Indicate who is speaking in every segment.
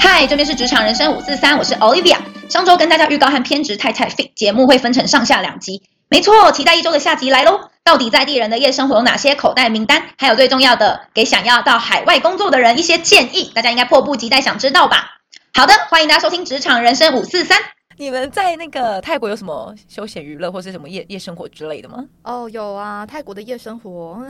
Speaker 1: 嗨，这边是职场人生五四三，我是 Olivia。上周跟大家预告和偏执太太 fit 节目会分成上下两集，没错，期待一周的下集来喽。到底在地人的夜生活有哪些口袋名单？还有最重要的，给想要到海外工作的人一些建议，大家应该迫不及待想知道吧？好的，欢迎大家收听《职场人生五四三》。
Speaker 2: 你们在那个泰国有什么休闲娱乐或是什么夜夜生活之类的吗？
Speaker 3: 哦，有啊，泰国的夜 生活，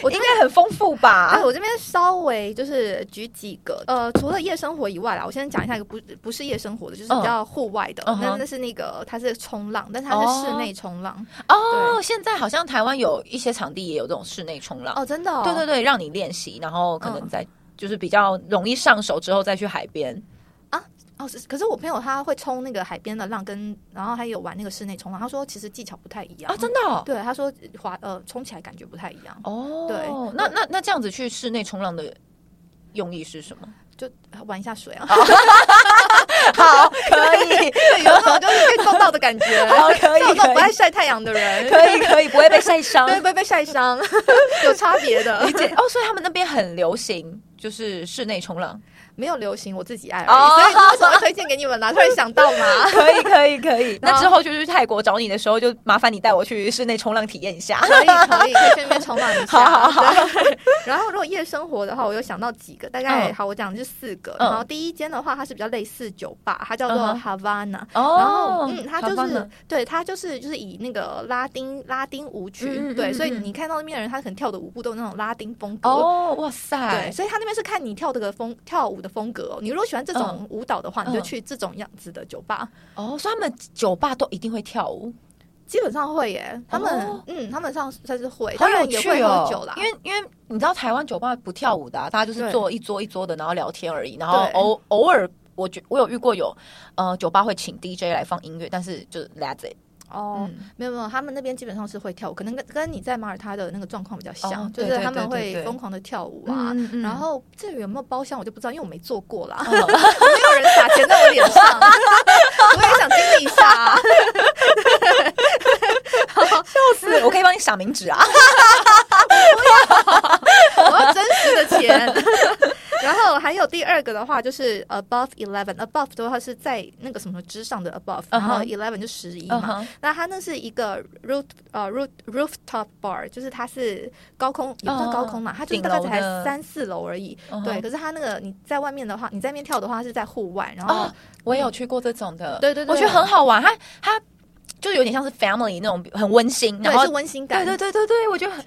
Speaker 2: 我应该很丰富吧
Speaker 3: 哎，？我这边稍微就是举几个，呃，除了夜生活以外啦，我先讲一下一个不不是夜生活的，就是
Speaker 2: 嗯
Speaker 3: 比较户外的，
Speaker 2: 嗯哼
Speaker 3: 那那是那个它是冲浪，但是它是室内冲浪，
Speaker 2: 哦，现在好像台湾有一些场地也有这种室内冲浪，
Speaker 3: 哦，真的、哦，
Speaker 2: 对对对，让你练习，然后可能
Speaker 3: 嗯
Speaker 2: 在、就是比较容易上手之后再去海边。
Speaker 3: 哦，是，可是我朋友他会冲那个海边的浪跟，然后还有玩那个室内冲浪，他说其实技巧不太一样
Speaker 2: 啊，真的哦。
Speaker 3: 对，他说滑呃冲起来感觉不太一样，
Speaker 2: 哦
Speaker 3: 对
Speaker 2: 那那那这样子去室内冲浪的用意是什么？
Speaker 3: 就玩一下水啊，
Speaker 2: 好，可以，
Speaker 3: 对，有种就是被碰到的感觉，
Speaker 2: 好哦可以
Speaker 3: 像我这种不
Speaker 2: 可以
Speaker 3: 爱晒太阳的 人，
Speaker 2: 可以，可以，不会被晒 伤。
Speaker 3: 对，不会被晒伤，有差别的
Speaker 2: 理，解哦，所以他们那边很流行，就是室内冲浪。
Speaker 3: 没有流行，我自己爱而
Speaker 2: 哦
Speaker 3: 已，所以说为什么会推荐给你们啦？突然想到嘛，
Speaker 2: 可以，可以，可以。那
Speaker 3: 好
Speaker 2: 之后就是去泰国找你的时候，就麻烦你带我去室内冲浪体验一下。
Speaker 3: 可以可以，可以去那边冲浪一下，
Speaker 2: 好好
Speaker 3: 对然后如果夜生活的话，我有想到几个，大概
Speaker 2: 嗯
Speaker 3: 好，我讲的是四个。
Speaker 2: 嗯
Speaker 3: 然后第一间的话，它是比较类似酒吧，它叫做
Speaker 2: 嗯
Speaker 3: Havana。然后
Speaker 2: 哦，，
Speaker 3: 嗯，它
Speaker 2: 好
Speaker 3: 就
Speaker 2: 棒
Speaker 3: 是
Speaker 2: 呢
Speaker 3: 对，它就是就是以那个拉丁拉丁舞曲，
Speaker 2: 嗯嗯嗯
Speaker 3: 对，
Speaker 2: 嗯
Speaker 3: 所以
Speaker 2: 嗯
Speaker 3: 你看到那边的人，他可能跳的舞步都是那种拉丁风格，
Speaker 2: 哦，哇
Speaker 3: 对，
Speaker 2: 塞，
Speaker 3: 哎所以他那边是看你跳的个风跳舞的风格哦、你如果喜欢这种舞蹈的话，
Speaker 2: 嗯
Speaker 3: 你就去这种样子的酒吧，
Speaker 2: 哦，所以他们酒吧都一定会跳舞，
Speaker 3: 基本上会耶。他们、
Speaker 2: 哦
Speaker 3: 嗯，他们上算是会，
Speaker 2: 好
Speaker 3: 当
Speaker 2: 有
Speaker 3: 然也
Speaker 2: 趣
Speaker 3: 会喝
Speaker 2: 哦。
Speaker 3: 酒啦，
Speaker 2: 因为因为你知道台湾酒吧不跳舞的啊，大家就是
Speaker 3: 对
Speaker 2: 坐一桌一桌的，然后聊天而已，然后
Speaker 3: 对
Speaker 2: 偶偶尔。我觉我有遇过有，呃，酒吧会请 DJ 来放音乐，但是就是 that's it。
Speaker 3: 哦，
Speaker 2: 嗯
Speaker 3: 没有没有，他们那边基本上是会跳舞，可能跟跟你在马耳他的那个状况比较像，
Speaker 2: 哦对
Speaker 3: 就是
Speaker 2: 对
Speaker 3: 他们
Speaker 2: 对对
Speaker 3: 会
Speaker 2: 对
Speaker 3: 疯狂的跳舞啊。
Speaker 2: 嗯嗯哦
Speaker 3: 然后这里有没有包厢我就不知道，因为我没做过啦， 没有人撒钱在我脸上， 我也想经历一下、啊。
Speaker 2: 是，我可以帮你想名字啊。
Speaker 3: 我要真实的钱。 然后还有第二个的话，就是 above eleven，above 的话是在那个什么之上的 above，、然后
Speaker 2: 嗯哼
Speaker 3: eleven 就十一
Speaker 2: 嗯
Speaker 3: 嘛。
Speaker 2: 哼，
Speaker 3: 那它那是一个 roof 呃 roof rooftop bar，就是它是高空，也不算高空嘛，它就是大概才
Speaker 2: 哦顶楼的
Speaker 3: 三四楼而已。
Speaker 2: 嗯哼
Speaker 3: 对，可是它那个你在外面的话，你在那边跳的话是在户外，然后、
Speaker 2: 哦，我也有去过这种的，
Speaker 3: 啊对对对
Speaker 2: 我觉得很好玩，它它就有点像是 family 那种很温馨，然
Speaker 3: 对
Speaker 2: 后
Speaker 3: 是温馨感，
Speaker 2: 对对对对对，我觉得很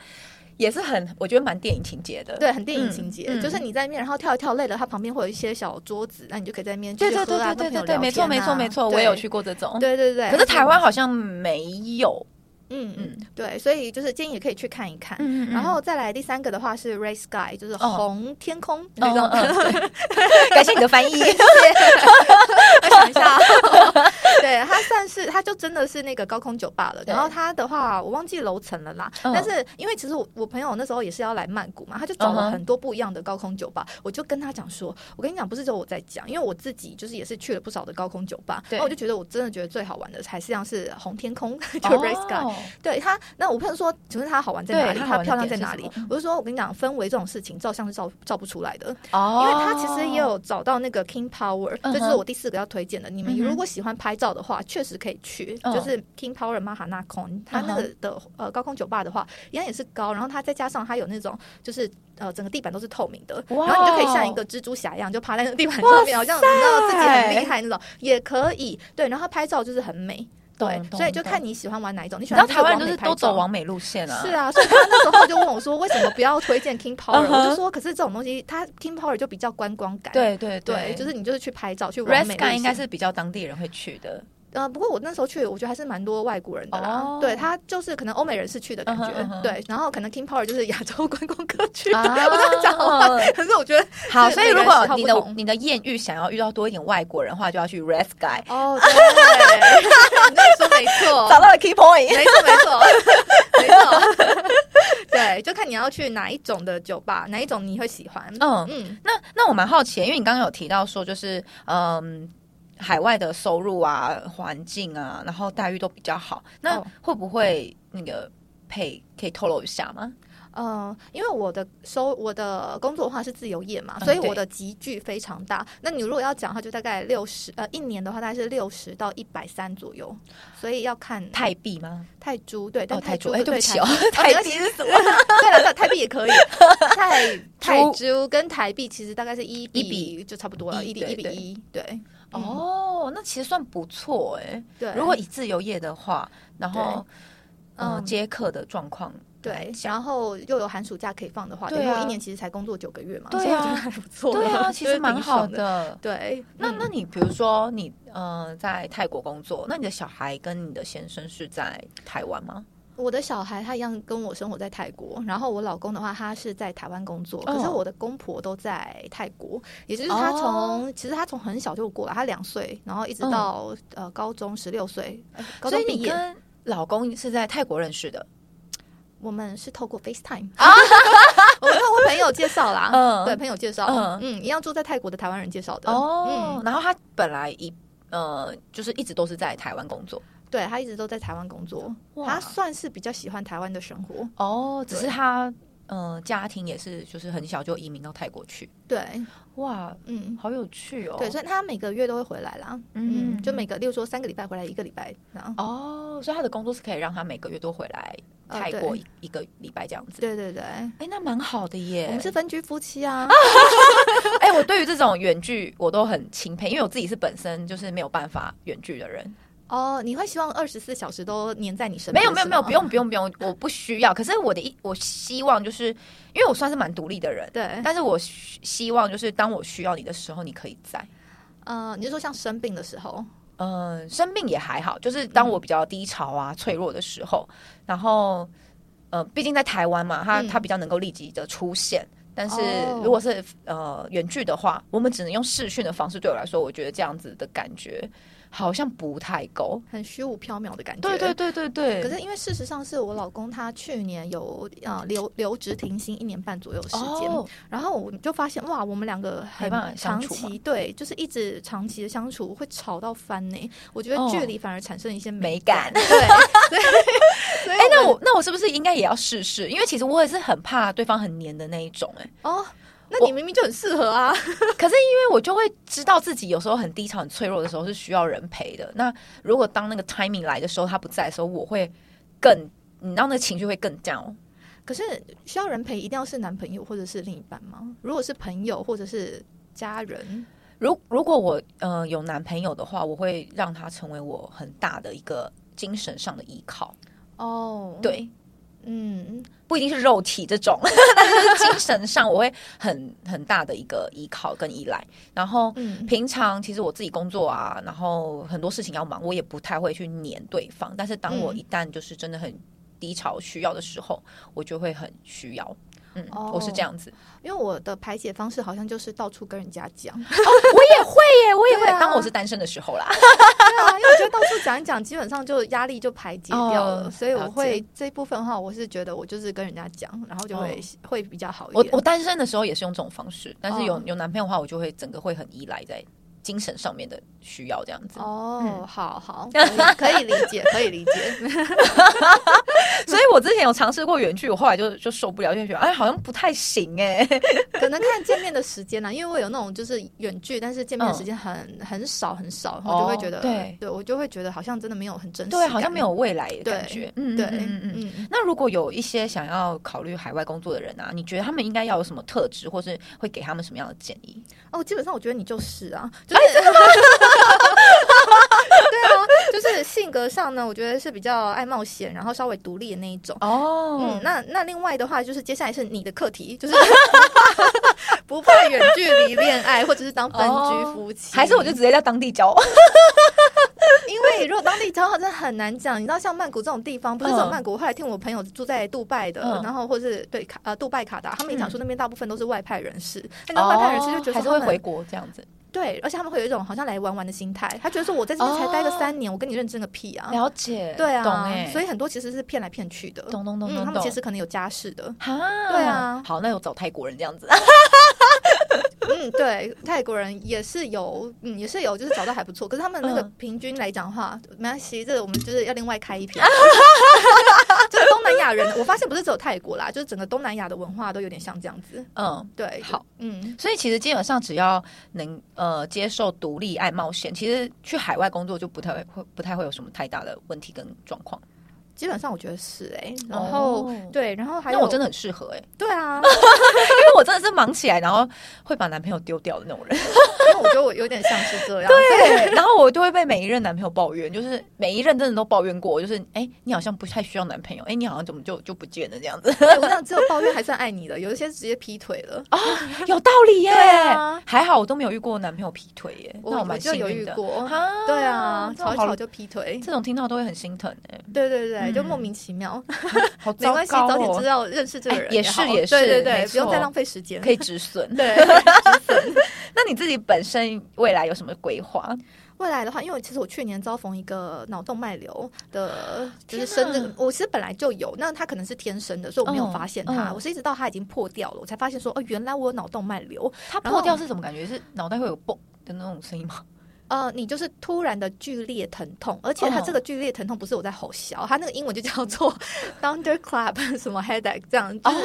Speaker 2: 也是很，我觉得蛮电影情节的，
Speaker 3: 对，很电影
Speaker 2: 嗯
Speaker 3: 情节，
Speaker 2: 嗯
Speaker 3: 就是你在那边，然后跳一跳累了，它旁边会有一些小桌子，那你就可以在那边继
Speaker 2: 对
Speaker 3: 续
Speaker 2: 对对
Speaker 3: 喝啊，
Speaker 2: 对对
Speaker 3: 跟朋友
Speaker 2: 对对，没错
Speaker 3: 聊天
Speaker 2: 没
Speaker 3: 啊
Speaker 2: 错没错，我
Speaker 3: 对
Speaker 2: 也有去过这种，
Speaker 3: 对对对，
Speaker 2: 可是台湾好像没有，
Speaker 3: 嗯嗯，
Speaker 2: 嗯
Speaker 3: 对，所以就是建议也可以去看一看。
Speaker 2: 嗯
Speaker 3: 然后再来第三个的话是 Ray Sky，就是
Speaker 2: 哦
Speaker 3: 红天空，
Speaker 2: 嗯
Speaker 3: 那种。
Speaker 2: 嗯嗯 对感谢你的翻 译，
Speaker 3: 我 想一下， 对，它算是它就真的是那个高空酒吧了。
Speaker 2: 对
Speaker 3: 然后它的话，我忘记楼层了啦。
Speaker 2: 嗯
Speaker 3: 但是因为其实我我朋友那时候也是要来曼谷嘛，他就找
Speaker 2: 嗯
Speaker 3: 了
Speaker 2: 哼
Speaker 3: 很多不一样的高空酒吧。我就跟他讲说，我跟你讲，不是只有我在讲，因为我自己就是也是去了不少的高空酒吧。
Speaker 2: 对
Speaker 3: 然后我就觉得我真的觉得最好玩的还是像是红天空，就
Speaker 2: 哦
Speaker 3: Ray Sky。对他，那我朋友说，请问他好玩在哪
Speaker 2: 对
Speaker 3: 里？
Speaker 2: 它
Speaker 3: 他
Speaker 2: 好玩的
Speaker 3: 漂亮在
Speaker 2: 点是
Speaker 3: 哪
Speaker 2: 什
Speaker 3: 里
Speaker 2: 么嗯？
Speaker 3: 我就说，我跟你讲，氛围这种事情，照相是照照不出来的，因
Speaker 2: 哦，
Speaker 3: 为他其实也有找到那个 King Power，、
Speaker 2: 嗯哼
Speaker 3: 这就是我第四个要推荐的。你们
Speaker 2: 嗯哼
Speaker 3: 如果喜欢拍照的话，确实可以去，
Speaker 2: 嗯
Speaker 3: 就是 King Power 马哈纳空，它那个的、呃高空酒吧的话，一样也是高，然后它再加上它有那种就是呃整个地板都是透明的，
Speaker 2: 哇哦
Speaker 3: 然后你就可以像一个蜘蛛侠一样，就趴在那个地板上面，好像你知道自己很厉 害那种，也可以。对，然后它拍照就是很美。对
Speaker 2: 懂，懂
Speaker 3: 所以就
Speaker 2: 懂
Speaker 3: 看你喜欢玩哪一种。你喜
Speaker 2: 你知道
Speaker 3: 欢
Speaker 2: 台湾人
Speaker 3: 就
Speaker 2: 都
Speaker 3: 是
Speaker 2: 是
Speaker 3: 完美拍
Speaker 2: 都走
Speaker 3: 照
Speaker 2: 完美路线啊，
Speaker 3: 是啊，所以他那时候就问我说，为什么不要推荐 King Power？
Speaker 2: 嗯哼
Speaker 3: 我就说，可是这种东西，它 King Power 就比较观光感。
Speaker 2: 对对
Speaker 3: 对，就是你就是去拍照去
Speaker 2: r e
Speaker 3: 完
Speaker 2: s
Speaker 3: 美
Speaker 2: c a
Speaker 3: 路
Speaker 2: 应该
Speaker 3: 线
Speaker 2: 是比较当地人会去的，
Speaker 3: 呃，不过我那时候去，我觉得还是蛮多外国人的啦。
Speaker 2: 哦
Speaker 3: 对他就是可能欧美人士去的感觉，
Speaker 2: 嗯哼嗯哼
Speaker 3: 对，然后可能 King Power 就是亚洲观光客去。
Speaker 2: 啊
Speaker 3: 我这样讲好吗？可是我觉得
Speaker 2: 好，
Speaker 3: 是
Speaker 2: 所以
Speaker 3: 每个
Speaker 2: 如
Speaker 3: 人喜
Speaker 2: 果
Speaker 3: 好
Speaker 2: 你
Speaker 3: 不
Speaker 2: 的
Speaker 3: 同
Speaker 2: 你的艳遇想要遇到多一点外国人的话，就要去 Red Sky，
Speaker 3: 哦，对，你这么说没错，
Speaker 2: 哦找到了 key point。
Speaker 3: 没错，没错，没错。对，就看你要去哪一种的酒吧，哪一种你会喜欢。
Speaker 2: 嗯
Speaker 3: 嗯，
Speaker 2: 那那我蛮好奇的，因为你刚刚有提到说，就是嗯，海外的收入啊、环境啊，然后待遇都比较好，那
Speaker 3: 哦
Speaker 2: 会不会那个配可以透露一下吗？
Speaker 3: 嗯，因为我的收我的工作的话是自由业嘛，
Speaker 2: 嗯
Speaker 3: 所以我的集聚非常大。那你如果要讲的话，就大概六十呃，一年的话大概是六十到一百三左右，所以要看
Speaker 2: 泰币吗？
Speaker 3: 泰铢对，但
Speaker 2: 哦，泰铢，
Speaker 3: 铢
Speaker 2: 哎，
Speaker 3: 跟
Speaker 2: 对不起
Speaker 3: 台
Speaker 2: 哦
Speaker 3: 币，
Speaker 2: 泰
Speaker 3: 没关
Speaker 2: 币
Speaker 3: 系
Speaker 2: 是什么？
Speaker 3: 对了，对台币也 可以，泰泰
Speaker 2: 铢
Speaker 3: 铢跟台币其实大概是一
Speaker 2: 一比
Speaker 3: 比就差不多了，
Speaker 2: 一
Speaker 3: 一比一比
Speaker 2: 对
Speaker 3: 一，对嗯
Speaker 2: 哦，那其实算不错哎。
Speaker 3: 对。
Speaker 2: 如果以自由业的话，然后呃
Speaker 3: 嗯
Speaker 2: 接客的状况来
Speaker 3: 对，
Speaker 2: 讲，
Speaker 3: 然后又有寒暑假可以放的话，
Speaker 2: 对
Speaker 3: 因为我
Speaker 2: 啊
Speaker 3: 一年其实才工作九个月嘛，
Speaker 2: 对
Speaker 3: 所以我
Speaker 2: 啊
Speaker 3: 觉得还不错了。
Speaker 2: 对啊，
Speaker 3: 就
Speaker 2: 其
Speaker 3: 是
Speaker 2: 实蛮
Speaker 3: 挺
Speaker 2: 好
Speaker 3: 爽的。
Speaker 2: 的。
Speaker 3: 对，
Speaker 2: 那
Speaker 3: 嗯
Speaker 2: 那你比如说你呃在泰国工作，那你的小孩跟你的先生是在台湾吗？
Speaker 3: 我的小孩他一样跟我生活在泰国，然后我老公的话他是在台湾工作，可是
Speaker 2: 哦
Speaker 3: 我的公婆都在泰国，也就是他从、其实他从很小就过来，他两岁，然后一直
Speaker 2: 嗯
Speaker 3: 到、呃高中十六岁，呃高
Speaker 2: 所
Speaker 3: 中
Speaker 2: 以
Speaker 3: 毕
Speaker 2: 你
Speaker 3: 业，
Speaker 2: 跟老公是在泰国认识的，
Speaker 3: 我们是透过 FaceTime 啊，我们透过朋友介绍啦，
Speaker 2: 嗯
Speaker 3: 对，朋友介绍，
Speaker 2: 嗯
Speaker 3: 嗯一样住在泰国的台湾人介绍的，
Speaker 2: 哦，
Speaker 3: 嗯，
Speaker 2: 然后他本来一呃，就是一直都是在台湾工作
Speaker 3: 对他一直都在台湾工作，
Speaker 2: 哇
Speaker 3: 他算是比较喜欢台湾的生活，
Speaker 2: 哦，只是
Speaker 3: 对
Speaker 2: 他呃家庭也是就是很小就移民到泰国去，
Speaker 3: 对，
Speaker 2: 哇，
Speaker 3: 嗯。
Speaker 2: 好有趣哦，
Speaker 3: 对，所以他每个月都会回来啦，
Speaker 2: 嗯
Speaker 3: 嗯，就每个，例如说三个礼拜回来一个礼拜这样，
Speaker 2: 哦，所以他的工作是可以让他每个月都回来
Speaker 3: 啊
Speaker 2: 泰
Speaker 3: 对
Speaker 2: 国一一个礼拜这样子，
Speaker 3: 对对对，
Speaker 2: 哎，那蛮好的耶，
Speaker 3: 我们是分居夫妻啊，
Speaker 2: 哎、我对于这种远距我都很钦佩，因为我自己是本身就是没有办法远距的人。
Speaker 3: 哦，你会希望二十四小时都黏在你身
Speaker 2: 没
Speaker 3: 边？
Speaker 2: 有没有没有，
Speaker 3: 是吗
Speaker 2: 不。用不用不用，我不需要。可是我的一我希望就是，因为我算是蛮独立的人，
Speaker 3: 对，
Speaker 2: 但是我希希望就是当我需要你的时候，你可以在。
Speaker 3: 呃，你是说像生病的时候，
Speaker 2: 嗯、生病也还好，就是当我比较低潮啊、脆弱的时候，然后，呃，毕竟在台湾嘛，他
Speaker 3: 嗯
Speaker 2: 他比较能够立即的出现。但是
Speaker 3: 哦
Speaker 2: 如果是、呃远距的话，我们只能用视讯的方式。对我来说，我觉得这样子的感觉好像不太够。
Speaker 3: 很虚无缥缈的感觉？
Speaker 2: 对对。对对对。
Speaker 3: 可是因为事实上是我老公他去年有呃留留职停薪一年半左右的时间，
Speaker 2: 哦，
Speaker 3: 然后我就发现哇，我们两个很
Speaker 2: 没办法相
Speaker 3: 长
Speaker 2: 处
Speaker 3: 期对，就是一直长期的相处会吵到翻呢、我觉
Speaker 2: 哦
Speaker 3: 得距离反而产生一些
Speaker 2: 美
Speaker 3: 感
Speaker 2: 感。
Speaker 3: 对，对，所以
Speaker 2: 哎、那
Speaker 3: 们
Speaker 2: 我那我是不是应该也要试试？因为其实我也是很怕对方很黏的那一种、哎，
Speaker 3: 哦，那
Speaker 2: 我
Speaker 3: 你明明就很适合啊。
Speaker 2: 可是因为我就会知道自己有时候很低潮、很脆弱的时候是需要人陪的。那如果当那个 timing 来的时候他不在的时候，我会更，你知道那情绪会更 down。
Speaker 3: 可是需要人陪，一定要是男朋友或者是另一半吗？如果是朋友或者是家人，
Speaker 2: 如如果我呃有男朋友的话，我会让他成为我很大的一个精神上的依靠。
Speaker 3: 哦，，
Speaker 2: 对，
Speaker 3: 嗯，
Speaker 2: 不一定是肉体这种， 但是精神上我会很很大的一个依靠跟依赖。然后
Speaker 3: 嗯
Speaker 2: 平常其实我自己工作啊，然后很多事情要忙，我也不太会去黏对方。但是当我
Speaker 3: 嗯
Speaker 2: 一旦就是真的很低潮需要的时候，我就会很需要。嗯，
Speaker 3: 哦
Speaker 2: 我是这样子，
Speaker 3: 因为我的排解方式好像就是到处跟人家 讲，对
Speaker 2: 我也会耶，我也会。
Speaker 3: 对啊
Speaker 2: 当我是单身的时候 啦，
Speaker 3: 啊，因为我觉得到处讲一讲，基本上就压力就排解掉了，
Speaker 2: 哦
Speaker 3: 所以
Speaker 2: 了
Speaker 3: 我
Speaker 2: 解
Speaker 3: 会这一部分的话，我是觉得我就是跟人家讲，然后就会、会比较好一
Speaker 2: 我
Speaker 3: 点。
Speaker 2: 我单身的时候也是用这种方式，但是有、
Speaker 3: 哦
Speaker 2: 有男朋友的话，我就会整个会很依赖在精神上面的需要这样子。
Speaker 3: 哦，
Speaker 2: 嗯
Speaker 3: 好好，可以可以理解，可以理解。
Speaker 2: 所以我之前有尝试过远距，我后来就就受不了，就觉得哎，好像不太行哎、
Speaker 3: 可能看见面的时间啦，因为我有那种就是远距，但是见面的时间很、很少很少，然后就会觉得，
Speaker 2: 嗯哦对
Speaker 3: 我就会觉得好像真的没有很真 实，
Speaker 2: 对，好像没有，未来的感觉。嗯
Speaker 3: 对，
Speaker 2: 嗯嗯嗯。
Speaker 3: 嗯
Speaker 2: 那如果有一些想要考虑海外工作的人啊，你觉得他们应该要有什么特质，或是会给他们什么样的建议？
Speaker 3: 哦，基本上我觉得你就是啊，
Speaker 2: 哎
Speaker 3: 就是、 对啊，就是性格上呢，我觉得是比较爱冒险，然后稍微独立的那一种。
Speaker 2: 哦
Speaker 3: 嗯，那那另外的话，就是接下来是你的课题，就是 不怕远距离恋爱，或者是当分居夫妻，
Speaker 2: 哦还是我就直接在当地交？
Speaker 3: 因为如果当地交换真的很难讲，你知道像曼谷这种地方，不是只有
Speaker 2: 嗯
Speaker 3: 曼谷。我后来听我朋友住在杜拜的，
Speaker 2: 嗯
Speaker 3: 然后或是对卡呃杜拜卡达，他们也讲说那边大部分都是外派人士，那
Speaker 2: 哦
Speaker 3: 那外派人士就觉得
Speaker 2: 还是
Speaker 3: 说
Speaker 2: 会
Speaker 3: 他们
Speaker 2: 回国这样子。
Speaker 3: 对，而且他们会有一种好像来玩玩的心态，他觉得说我在这边才待个三年，我跟你认真个屁啊！
Speaker 2: 了解，
Speaker 3: 对
Speaker 2: 懂
Speaker 3: 啊，
Speaker 2: 哎、
Speaker 3: 所以很多其实是骗来骗去的。
Speaker 2: 懂懂懂
Speaker 3: 嗯，
Speaker 2: 懂
Speaker 3: 他
Speaker 2: 懂
Speaker 3: 们其。实可能有家室的。
Speaker 2: 哈，
Speaker 3: 对啊
Speaker 2: 好，那有找泰国人这样子，
Speaker 3: 嗯，对，泰国人也是有，嗯，也是有，就是找到还不错。可是他们那个
Speaker 2: 嗯
Speaker 3: 平均来讲的话，没关系，这个我们就是要另外开一篇。就是东南亚人，我发现不是只有泰国啦，就是整个东南亚的文化都有点像这样子。
Speaker 2: 嗯，
Speaker 3: 对，
Speaker 2: 好，
Speaker 3: 嗯，
Speaker 2: 所以其实基本上只要能呃接受独立、爱冒险，其实去海外工作就不太会会不太会有什么太大的问题跟状况。
Speaker 3: 基本上我觉得是哎、然后、
Speaker 2: 哦
Speaker 3: 对，然后还有
Speaker 2: 那我真的很适合哎、
Speaker 3: 对啊，
Speaker 2: 因为我真的是忙起来，然后会把男朋友丢掉的那 种人。
Speaker 3: 因为我觉得我有点像是这样。对，
Speaker 2: 对，然后我就会被每一任男朋友抱怨，就是每一任真的都抱怨过，就是哎、你好像不太需要男朋友，哎、你好像怎么就就不见了这 样子，
Speaker 3: 我想只有抱怨还算爱你的，有一些直接劈腿了。
Speaker 2: 哦有道理耶、
Speaker 3: 对啊
Speaker 2: 还好我都没有遇过男朋友劈腿耶，
Speaker 3: 我
Speaker 2: 那
Speaker 3: 我
Speaker 2: 蛮
Speaker 3: 就
Speaker 2: 幸
Speaker 3: 有
Speaker 2: 运
Speaker 3: 遇
Speaker 2: 的。
Speaker 3: 过，
Speaker 2: 啊
Speaker 3: 对啊，
Speaker 2: 这种
Speaker 3: 吵一
Speaker 2: 好
Speaker 3: 吵就劈腿。
Speaker 2: 这种听到都会很心疼哎、
Speaker 3: 对对对，就
Speaker 2: 嗯
Speaker 3: 莫名其妙。
Speaker 2: 好
Speaker 3: 没
Speaker 2: 糟
Speaker 3: 关系，
Speaker 2: 糕
Speaker 3: 早点
Speaker 2: 哦
Speaker 3: 知，道认识这个
Speaker 2: 哎
Speaker 3: 人
Speaker 2: 也
Speaker 3: 好
Speaker 2: 是也是
Speaker 3: 对对
Speaker 2: 没
Speaker 3: 对，
Speaker 2: 错
Speaker 3: 不用再浪费时间。
Speaker 2: 可以止损。
Speaker 3: 对，
Speaker 2: 那你自己本身未来有什么规划？
Speaker 3: 未来的话，因为其实我去年遭逢一个脑动脉瘤 的，就是
Speaker 2: 天啊
Speaker 3: 生
Speaker 2: 哪
Speaker 3: 的，我其实本来就有，那它可能是天生的，所以我没有
Speaker 2: 嗯
Speaker 3: 发现它，
Speaker 2: 嗯
Speaker 3: 我是一直到它已经破掉了，我才发现说，哦，原来我有脑动脉瘤。
Speaker 2: 它
Speaker 3: 然后
Speaker 2: 破掉是什么感觉？是脑袋会有嘣的那种声音 吗？
Speaker 3: 呃，你就是突然的剧烈疼痛，而且它
Speaker 2: 哦
Speaker 3: 这个剧烈疼痛不是我在吼笑，它那个英文就叫做 thunderclap 什么 headache 这样，就是、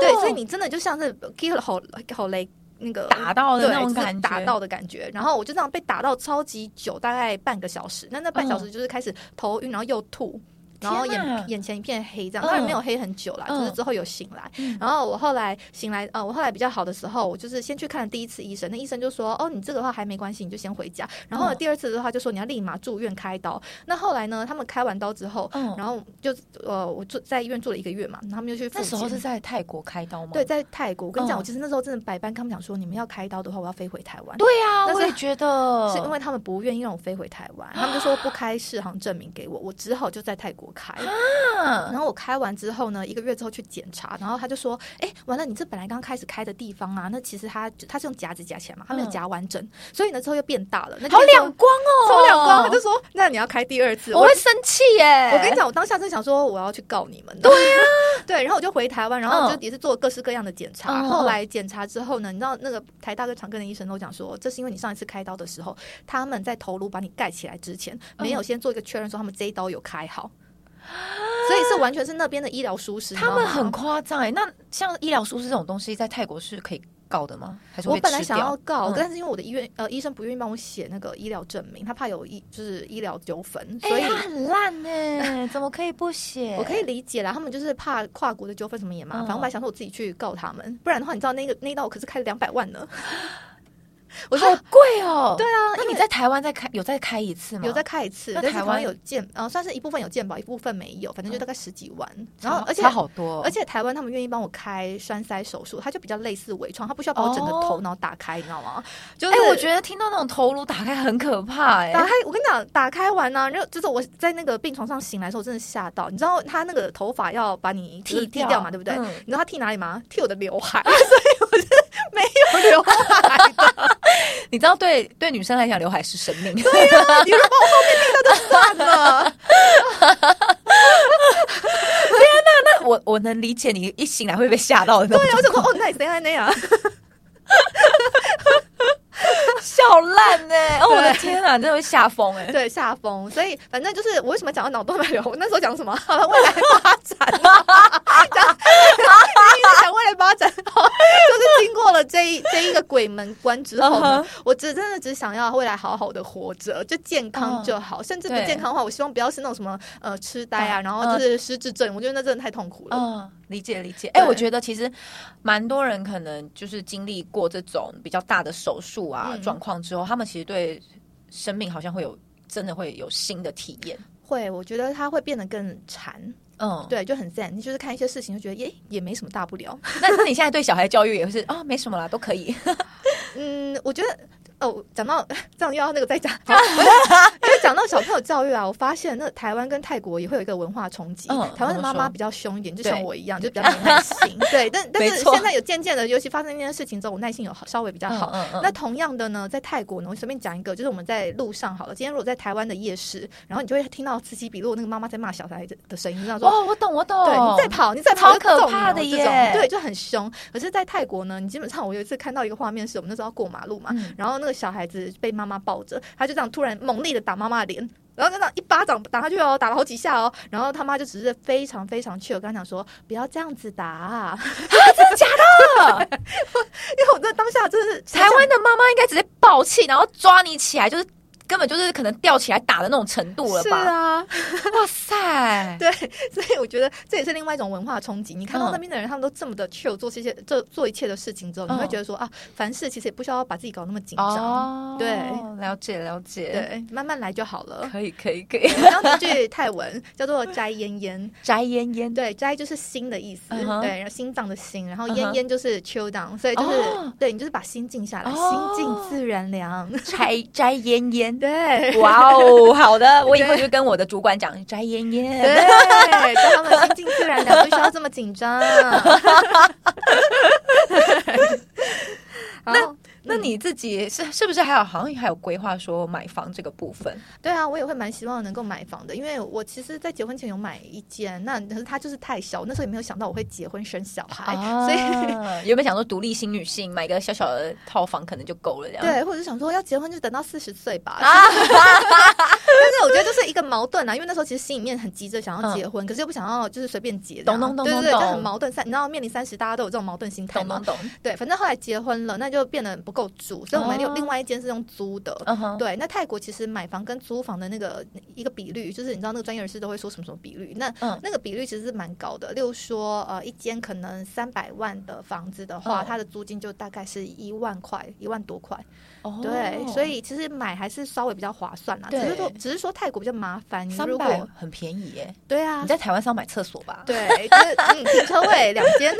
Speaker 3: 对，
Speaker 2: 哦
Speaker 3: 所以你真的就像是呃 kill 吼吼雷那个
Speaker 2: 打到的
Speaker 3: 对
Speaker 2: 那种
Speaker 3: 就是
Speaker 2: 感觉，
Speaker 3: 打到的感觉。然后我就这样被打到超级久，大概半个小时。那那半小时就是开始头晕，然后又吐。然后
Speaker 2: 嗯天哪
Speaker 3: 眼眼前一片黑，这样
Speaker 2: 嗯
Speaker 3: 当然没有黑很久啦，
Speaker 2: 嗯
Speaker 3: 就是之后有醒来
Speaker 2: 嗯。
Speaker 3: 然后我后来醒来，呃，我后来比较好的时候，我就是先去看了第一次医生，那医生就说，哦，你这个的话还没关系，你就先回家。然后呢
Speaker 2: 嗯
Speaker 3: 第二次的话就说你要立马住院开刀。那后来呢，他们开完刀之后，
Speaker 2: 嗯
Speaker 3: 然后就呃，我住在医院住了一个月嘛，然后他们就去复
Speaker 2: 那时候
Speaker 3: 健
Speaker 2: 是在泰国开刀吗？
Speaker 3: 对，在泰国，我跟你
Speaker 2: 嗯
Speaker 3: 讲，我其实那时候真的百般跟他们讲说，你们要开刀的话，我要飞回台湾。
Speaker 2: 对啊呀、
Speaker 3: 那是
Speaker 2: 我也觉得
Speaker 3: 是因为他们不愿意让我飞回台湾，他们就说不开适航证明给我，我只好就在泰国
Speaker 2: 啊
Speaker 3: 开。
Speaker 2: 嗯
Speaker 3: 然后我开完之后呢，一个月之后去检查，然后他就说：“哎、完了，你这本来刚开始开的地方啊，那其实它它是用夹子夹起来嘛，它没有
Speaker 2: 嗯
Speaker 3: 夹完整，所以呢之后又变大了，那就
Speaker 2: 好
Speaker 3: 变成
Speaker 2: 两光哦，
Speaker 3: 超两光。”他就说：“那你要开第二次。”
Speaker 2: 我会生气耶！
Speaker 3: 我跟你，讲，我当下真想说我要去告你们。对呀、 对，然后我就回台湾，然后
Speaker 2: 嗯
Speaker 3: 就也是做各式各样的检查。
Speaker 2: 嗯嗯
Speaker 3: 后来检查之后呢，你知道那个台大跟长庚的医生都讲说，这是因为你上一次开刀的时候，他们在头颅把你盖起来之前，没
Speaker 2: 嗯
Speaker 3: 有先做一个确认，说他们这一刀有开好，所以是完全是那边的医疗疏失。你知
Speaker 2: 他
Speaker 3: 道
Speaker 2: 们
Speaker 3: 吗
Speaker 2: 很夸张哎。那像医疗疏失这种东西，在泰国是可以告的吗？还是
Speaker 3: 我
Speaker 2: 会被
Speaker 3: 本来
Speaker 2: 吃
Speaker 3: 想要
Speaker 2: 掉
Speaker 3: 告，
Speaker 2: 嗯
Speaker 3: 但是因为我的医院呃医生不愿意帮我写那个医疗证明，他怕有医就是医疗纠纷，所
Speaker 2: 哎
Speaker 3: 以
Speaker 2: 他很烂 哎，怎么可以不写？
Speaker 3: 我可以理解啦，他们就是怕跨国的纠纷什么也麻烦。
Speaker 2: 嗯
Speaker 3: 我本来想说我自己去告他们，不然的话，你知道那个那一刀我可是开了两百万呢。 我说
Speaker 2: 好贵哦。
Speaker 3: 对啊，
Speaker 2: 那
Speaker 3: 因
Speaker 2: 你
Speaker 3: 为
Speaker 2: 在台湾再开有再开一次吗？
Speaker 3: 有再开一次，
Speaker 2: 那
Speaker 3: 但是
Speaker 2: 台
Speaker 3: 台
Speaker 2: 湾
Speaker 3: 湾有健呃，算是一部分有健保，一部分没有，反正就大概十几万。
Speaker 2: 差，
Speaker 3: 然后而且
Speaker 2: 差好多哦，
Speaker 3: 而且台湾他们愿意帮我开栓塞手术，它就比较类似微创，它不需要把我整个
Speaker 2: 哦
Speaker 3: 头脑打开，你知道吗？就
Speaker 2: 哎、
Speaker 3: 是
Speaker 2: 我觉得听到那种头颅打开很可怕哎、
Speaker 3: 打开，我跟你讲，打开完呢、然后就是我在那个病床上醒来的时候，真的吓到。你知道他那个头发要把你就是
Speaker 2: 剃
Speaker 3: 剃
Speaker 2: 掉
Speaker 3: 掉嘛，对不对？
Speaker 2: 嗯
Speaker 3: 你知道他剃哪里吗？剃我的刘海， 所以我是没有刘海的。
Speaker 2: 你知道对对女生来讲，刘海是生命。
Speaker 3: 你如果把我后面剃掉就算了，
Speaker 2: 我我能理解你一醒来会被吓到的那种
Speaker 3: 对啊，我想说，哦，那你谁来那样？
Speaker 2: 笑烂哎、 哦，我的
Speaker 3: 对
Speaker 2: 天啊，真的会吓疯 哎。
Speaker 3: 对，下风。所以反正就是我为什么讲到脑 动脉瘤？我那时候讲什么？ 好了，未来发展啊，讲讲未来发展，哦就是经过了这一 这一个鬼门关之后呢
Speaker 2: 嗯
Speaker 3: 我只真的只想要未来好好的活着，就健康就好。甚至不
Speaker 2: 对
Speaker 3: 健康的话，我希望不要是那种什么呃痴呆啊，
Speaker 2: 嗯
Speaker 3: 然后就是失智症，我觉得那真的太痛苦了。
Speaker 2: 嗯，理解理解。哎、
Speaker 3: 对
Speaker 2: 我觉得其实蛮多人可能就是经历过这种比较大的手术啊
Speaker 3: 嗯
Speaker 2: 状况之后，他们其实对生命好像会有真的会有新的体验。
Speaker 3: 会，我觉得它会变得更馋，
Speaker 2: 嗯，。
Speaker 3: 对，就很 zen。你就是看一些事情就觉得耶，也没什么大不了。
Speaker 2: 那那你现在对小孩教育也是啊、没什么啦，都可以。
Speaker 3: 嗯，我觉得哦，讲到这样又要那个再讲，好我就觉讲到小朋友教育啊，我发现那台湾跟泰国也会有一个文化冲击。
Speaker 2: 嗯
Speaker 3: 台湾
Speaker 2: 怎么
Speaker 3: 的妈妈
Speaker 2: 说
Speaker 3: 比较凶一点，就
Speaker 2: 对
Speaker 3: 像我一 样，就比较没耐心。对，但但
Speaker 2: 没
Speaker 3: 是
Speaker 2: 错
Speaker 3: 现在有渐渐的，尤其发生那件事情之后，我耐心有好稍微比较 好。
Speaker 2: 嗯嗯
Speaker 3: 那同样的呢，在泰国呢，我随便讲一个，就是我们在路上好了。今天如果在台湾的夜市，然后你就会听到此起彼落那个妈妈在骂小孩子的声音，这样说：“
Speaker 2: 哦，我懂，我懂，
Speaker 3: 对，你再跑，你再跑，
Speaker 2: 超可怕的
Speaker 3: 这种
Speaker 2: 耶
Speaker 3: 对，就很凶。可是，在泰国呢，你基本上我有一次看到一个画面，是我们那时候要过马路嘛，
Speaker 2: 嗯
Speaker 3: 然后那个小孩子被妈妈抱着，他就这样突然猛力的打妈妈的脸。然后就这样一巴掌打下去哦，打了好几下哦。然后他妈就只是非常非常气，我跟他讲说不要这样子打、啊，真的假的？ 因为我在当下真的是
Speaker 2: 台湾的妈妈应该直接暴气，然后抓你起来，就是根本就是可能吊起来打的那种程度了
Speaker 3: 是
Speaker 2: 吧？
Speaker 3: 啊，
Speaker 2: 哇塞，
Speaker 3: 对，所以我觉得这也是另外一种文化冲击。你看到
Speaker 2: 嗯
Speaker 3: 那边的人，他们都这么的 chill，做这些做做一切的事情之后，你会
Speaker 2: 嗯
Speaker 3: 觉得说啊，凡事其实也不需要把自己搞那么紧张，对，
Speaker 2: 哦了解了解，，
Speaker 3: 对，慢慢来就好了。
Speaker 2: 可以可以可以，
Speaker 3: 然后那句泰文叫做“摘烟烟
Speaker 2: 宅烟烟”，，
Speaker 3: 对，“摘”就是心的意思
Speaker 2: 嗯哼
Speaker 3: 对，然后心脏的心，然后
Speaker 2: 嗯
Speaker 3: “烟
Speaker 2: 哼
Speaker 3: 烟”就是 chill down，所以就是、
Speaker 2: 哦对
Speaker 3: 对你就是把心静下来，
Speaker 2: 哦
Speaker 3: 心静自然凉，
Speaker 2: 宅宅烟烟。
Speaker 3: 对。
Speaker 2: 哇哦， 好的，我以后就跟我的主管讲宅烟烟。嗯
Speaker 3: 对，叫他们心静自然凉，不需要这么紧张。那
Speaker 2: 那你自己是是不是还有好像还有规划说买房这个部分？
Speaker 3: 对啊，我也会蛮希望能够买房的，因为我其实，在结婚前有买一间，那可是它就是太小，我那时候也没有想到我会结婚生小孩，
Speaker 2: 啊
Speaker 3: 所以。
Speaker 2: 以 原本想说独立新女性买个小小的套房可能就够了，这样。
Speaker 3: 对，或者是想说要结婚就等到四十岁吧，
Speaker 2: 啊，
Speaker 3: 但是我觉得就是一个矛盾啊，因为那时候其实心里面很急着想要结婚，可是又不想要就是随便结的啊，
Speaker 2: 嗯懂懂懂
Speaker 3: 对
Speaker 2: 懂
Speaker 3: 对对，就
Speaker 2: 懂
Speaker 3: 很矛盾。三，你知道面临三十，大家都有这种矛盾心态
Speaker 2: 懂
Speaker 3: 嘛
Speaker 2: 懂，懂，
Speaker 3: 对，反正后来结婚了，那就变得不够住，所以我们有
Speaker 2: 哦
Speaker 3: 另外一间是用租的。
Speaker 2: 嗯哼，
Speaker 3: 对，那泰国其实买房跟租房的那个一个比率，就是你知道那个专业人士都会说什么什么比率，那、
Speaker 2: 嗯
Speaker 3: 那个比率其实是蛮高的。例如说，呃，一间可能三百万的房子的话，
Speaker 2: 嗯
Speaker 3: 它的租金就大概是一万块，一万多块。
Speaker 2: 哦
Speaker 3: 对，所以其实买还是稍微比较划算啦。只是说
Speaker 2: 对，
Speaker 3: 只是说泰国比较麻烦，你
Speaker 2: 三
Speaker 3: 如
Speaker 2: 百
Speaker 3: 果
Speaker 2: 嗯很便宜耶。
Speaker 3: 对啊
Speaker 2: 你。在台湾是要买厕所吧？
Speaker 3: 对，就是嗯，停车位两间，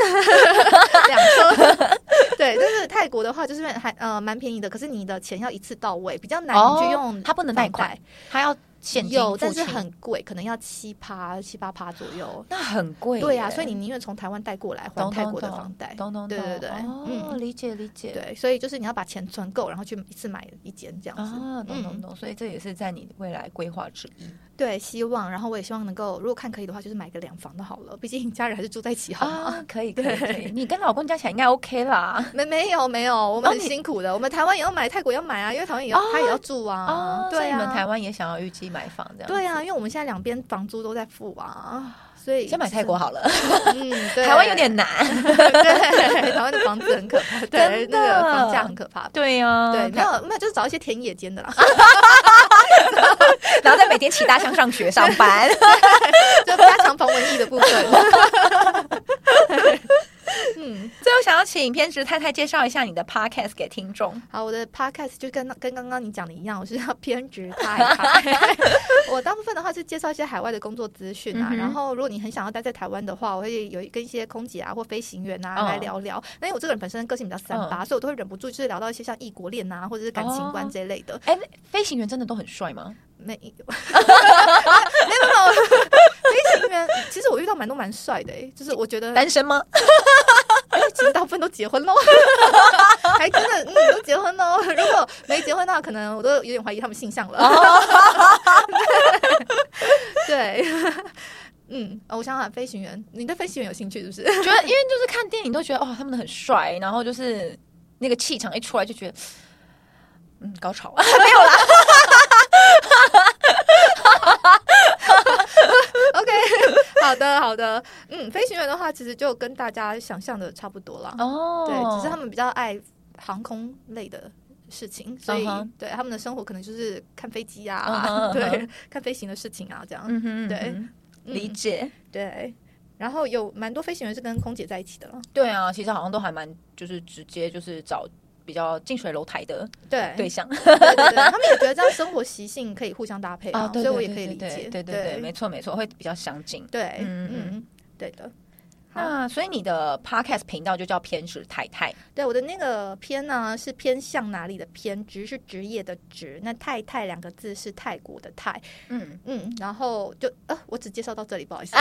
Speaker 3: 两车。 对，但是泰国的话就是还呃蛮便宜的，可是你的钱要一次到位，比较难，
Speaker 2: 哦
Speaker 3: 你就用
Speaker 2: 它不能贷款
Speaker 3: 房贷
Speaker 2: 它要现金
Speaker 3: 有，
Speaker 2: 付
Speaker 3: 但
Speaker 2: 清
Speaker 3: 是很贵，可能要七趴七八趴左右。
Speaker 2: 那很贵耶。
Speaker 3: 对呀、啊，所以你宁愿从台湾带过来还
Speaker 2: 懂
Speaker 3: 泰国的
Speaker 2: 懂
Speaker 3: 房贷。
Speaker 2: 懂懂懂，
Speaker 3: 对对对
Speaker 2: 哦，
Speaker 3: 嗯
Speaker 2: 理解理解，
Speaker 3: 对，所以就是你要把钱存够，然后去一次买一间这样子。
Speaker 2: 啊，懂懂
Speaker 3: 嗯
Speaker 2: 懂，所以这也是在你未来规划之一
Speaker 3: 对，希望，然后我也希望能够，如果看可以的话，就是买个两房的好了，毕竟家人还是住在一起好吗？
Speaker 2: 啊，可以可以可以，你跟老公加起来应该 OK 啦。
Speaker 3: 没没有没有，我
Speaker 2: 哦
Speaker 3: 们很
Speaker 2: 你
Speaker 3: 辛苦的，我们台湾也要买，泰国也要买啊，因为台湾也要、他也要住啊，
Speaker 2: 哦，所以
Speaker 3: 对
Speaker 2: 你
Speaker 3: 啊，
Speaker 2: 们台湾也想要预计买房这样？
Speaker 3: 对啊，因为我们现在两边房租都在付啊，所以
Speaker 2: 先买泰国好了，
Speaker 3: 就是， 嗯，对，
Speaker 2: 台湾有点难。
Speaker 3: 对，台湾的房子很可怕，对，
Speaker 2: 真的嗯
Speaker 3: 那个房价很可怕。
Speaker 2: 对啊呀，
Speaker 3: 对，没有没有，就是找一些田野间的啦，
Speaker 2: 然后再每天骑大象上学上 班。
Speaker 3: 就加强防蚊疫的 部分。嗯，
Speaker 2: 最后，想要请偏执太太介绍一下你的 podcast 给听众。
Speaker 3: 好，我的 podcast 就跟跟刚刚你讲的一样，我是要偏执 太太。我大部分的话是介绍一些海外的工作资讯啊，
Speaker 2: 嗯哼
Speaker 3: 然后如果你很想要待在台湾的话，我会有跟一些空姐啊或飞行员啊、
Speaker 2: 嗯
Speaker 3: 来聊聊。那因为我这个人本身个性比较三八，所以我都会忍不住就是聊到一些像异国恋啊或者是感情观这一类的。
Speaker 2: 哎，飞行员真的都很帅吗？
Speaker 3: 没有， 没有，没有。飞行员其实我遇到蛮多蛮帅的、欸，就是我觉得哎
Speaker 2: 单身吗？
Speaker 3: 其实大部分都结婚喽，还真的嗯都结婚喽。如果没结婚的话，可能我都有点怀疑他们性向了。 对，嗯，哦我想想，飞行员，你对飞行员有兴趣是不是？
Speaker 2: 觉得，因为就是看电影都觉得哦，他们很帅，然后就是那个气场一出来就觉得，嗯，高潮没有啦，
Speaker 3: OK，好的好的，嗯，飞行员的话，其实就跟大家想象的差不多啦。
Speaker 2: 哦
Speaker 3: 对，只是他们比较爱航空类的事情，所以、
Speaker 2: 嗯哼
Speaker 3: 对他们的生活可能就是看飞机啊
Speaker 2: 嗯哼嗯哼
Speaker 3: 对，看飞行的事情啊，这样。
Speaker 2: 嗯哼，
Speaker 3: 对
Speaker 2: 嗯哼，
Speaker 3: 嗯
Speaker 2: 理解，
Speaker 3: 对，然后有蛮多飞行员是跟空姐在一起的了。
Speaker 2: 对啊，其实好像都还蛮就是直接就是找比较近水楼台的
Speaker 3: 对
Speaker 2: 对象
Speaker 3: 对对对，他们也觉得这样生活习性可以互相搭配啊，
Speaker 2: 哦对
Speaker 3: 所
Speaker 2: 对
Speaker 3: 以我也
Speaker 2: 对
Speaker 3: 可以
Speaker 2: 对
Speaker 3: 理解。
Speaker 2: 对对对，没错没错，会比比较相近。
Speaker 3: 对，
Speaker 2: 嗯
Speaker 3: 嗯
Speaker 2: 嗯
Speaker 3: 嗯，对的。
Speaker 2: 那所以你的 podcast 频道就叫偏食太太，
Speaker 3: 对，我的那个偏呢是偏向哪里的偏，职是职业的职，那泰泰两个字是泰国的泰，
Speaker 2: 嗯，
Speaker 3: 嗯，然后就呃，我只介绍到这里，不 好意思，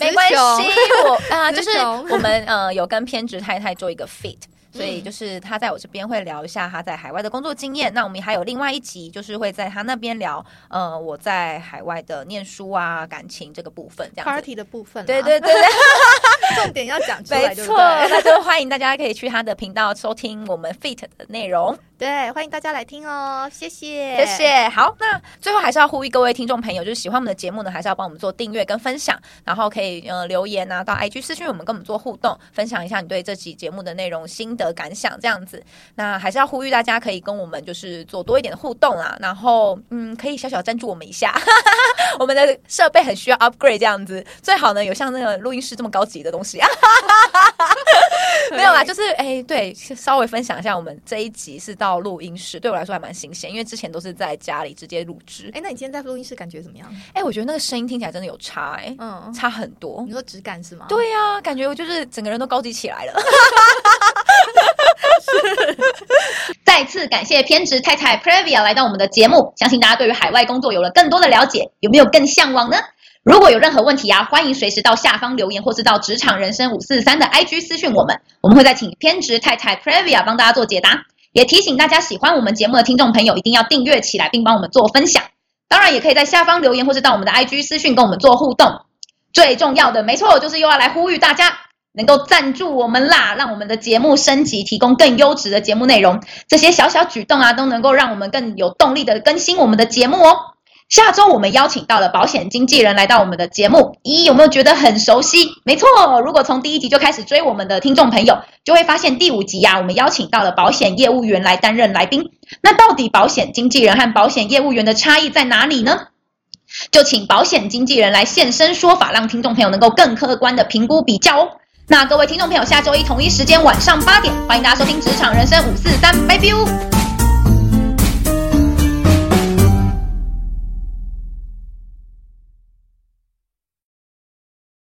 Speaker 2: 没关系，
Speaker 3: 词穷，
Speaker 2: 我啊、
Speaker 3: 词
Speaker 2: 就是
Speaker 3: 穷嗯
Speaker 2: 我们呃有跟偏执太太做一个 fit。所以就是他在我这边会聊一下他在海外的工作经验，那我们还有另外一集就是会在他那边聊，呃，我在海外的念书啊、感情这个部分这样子。
Speaker 3: party 的部分啦，啊
Speaker 2: 对对对对，
Speaker 3: 重点要讲 出来，
Speaker 2: 没
Speaker 3: 对
Speaker 2: 错，
Speaker 3: 不对？
Speaker 2: 那就欢迎大家可以去他的频道收听我们 fit 的内容。
Speaker 3: 对，欢迎大家来听哦，谢谢，
Speaker 2: 谢。谢。好，那最后还是要呼吁各位听众朋友，就是喜欢我们的节目呢，还是要帮我们做订阅跟分享，然后可以呃留言啊，到 IG 私讯我们跟我们做互动，分享一下你对这期节目的内容心得感想这样子。那还是要呼吁大家可以跟我们就是做多一点的互动啦，然后嗯，可以小小赞助我们一下， 我们的设备很需要 upgrade 这样子，最好呢有像那个录音室这么高级的东西 啊。没有啦，就是哎、对，稍微分享一下，我们这一集是到录音室，对我来说还蛮新鲜，因为之前都是在家里直接录制。
Speaker 3: 哎，那你今天在录音室感觉怎么样？
Speaker 2: 哎、我觉得那个声音听起来真的有差、哎、
Speaker 3: 嗯，
Speaker 2: 差很多
Speaker 3: 你。说质感是吗？，
Speaker 2: 对呀、感觉我就是整个人都高级起来了。
Speaker 1: 再次感谢偏执太太 Previa 来到我们的节目，相信大家对于海外工作有了更多的了解，有没有更向往呢？如果有任何问题啊，欢迎随时到下方留言，或是到职场人生五四三的 IG 私讯我们，我们会再请偏执太太 Previa 帮大家做解答。也提醒大家，喜欢我们节目的听众朋友一定要订阅起来，并帮我们做分享。当然，也可以在下方留言，或是到我们的 IG 私讯跟我们做互动。最重要的，没错，就是又要来呼吁大家能够赞助我们啦，让我们的节目升级，提供更优质的节目内容。这些小小举动啊，都能够让我们更有动力的更新我们的节目哦。下周我们邀请到了保险经纪人来到我们的节目，咦，有没有觉得很熟悉？没错，如果从第一集就开始追我们的听众朋友，就会发现第五集呀、我们邀请到了保险业务员来担任来宾。那到底保险经纪人和保险业务员的差异在哪里呢？就请保险经纪人来现身说法，让听众朋友能够更客观的评估比较哦。那各位听众朋友，下周一同一时间晚上八点，欢迎大家收听《职场人生五四三》，拜拜哦。